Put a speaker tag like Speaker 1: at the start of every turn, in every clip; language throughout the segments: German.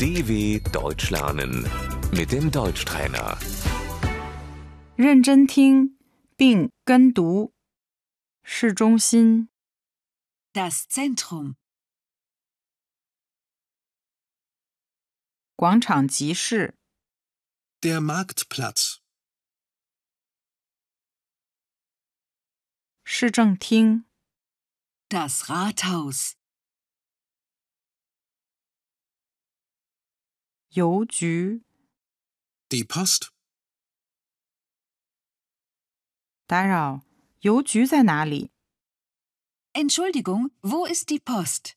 Speaker 1: DW Deutsch lernen mit dem Deutschtrainer.
Speaker 2: 认真听并跟读。市中心
Speaker 3: Das Zentrum,
Speaker 2: 广场集市、
Speaker 4: Der Marktplatz,
Speaker 2: 市政厅、
Speaker 3: das Rathaus,
Speaker 2: 邮局、
Speaker 4: die Post,
Speaker 2: 打扰，邮局在哪里？
Speaker 3: Entschuldigung, wo ist die Post?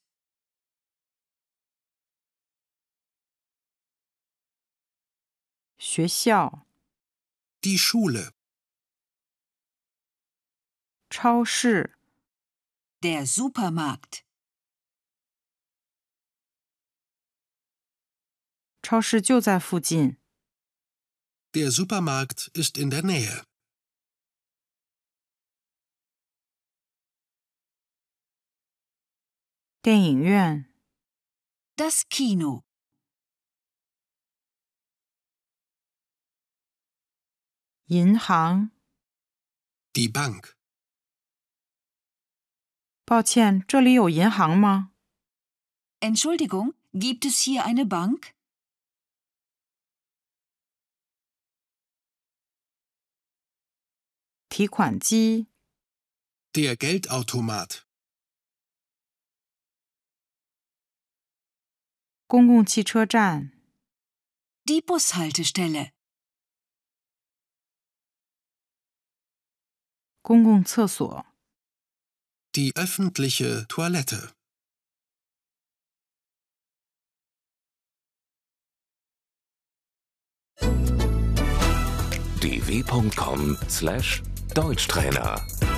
Speaker 2: 学校、
Speaker 4: die Schule,
Speaker 2: 超市、
Speaker 3: Der Supermarkt,
Speaker 2: 超市就在附近。
Speaker 4: der Supermarkt ist in der Nähe.
Speaker 2: 电影院、
Speaker 3: das Kino,
Speaker 2: 银行。
Speaker 4: Die Bank,
Speaker 2: 抱歉，这里有银行吗？
Speaker 3: Entschuldigung, gibt es hier eine Bank?
Speaker 2: «提款机、
Speaker 4: der Geldautomat,
Speaker 2: 公共汽车站、
Speaker 3: Die Bushaltestelle,
Speaker 2: 公共厕所、
Speaker 4: die öffentliche Toilette,
Speaker 1: dw.com/deutschtrainer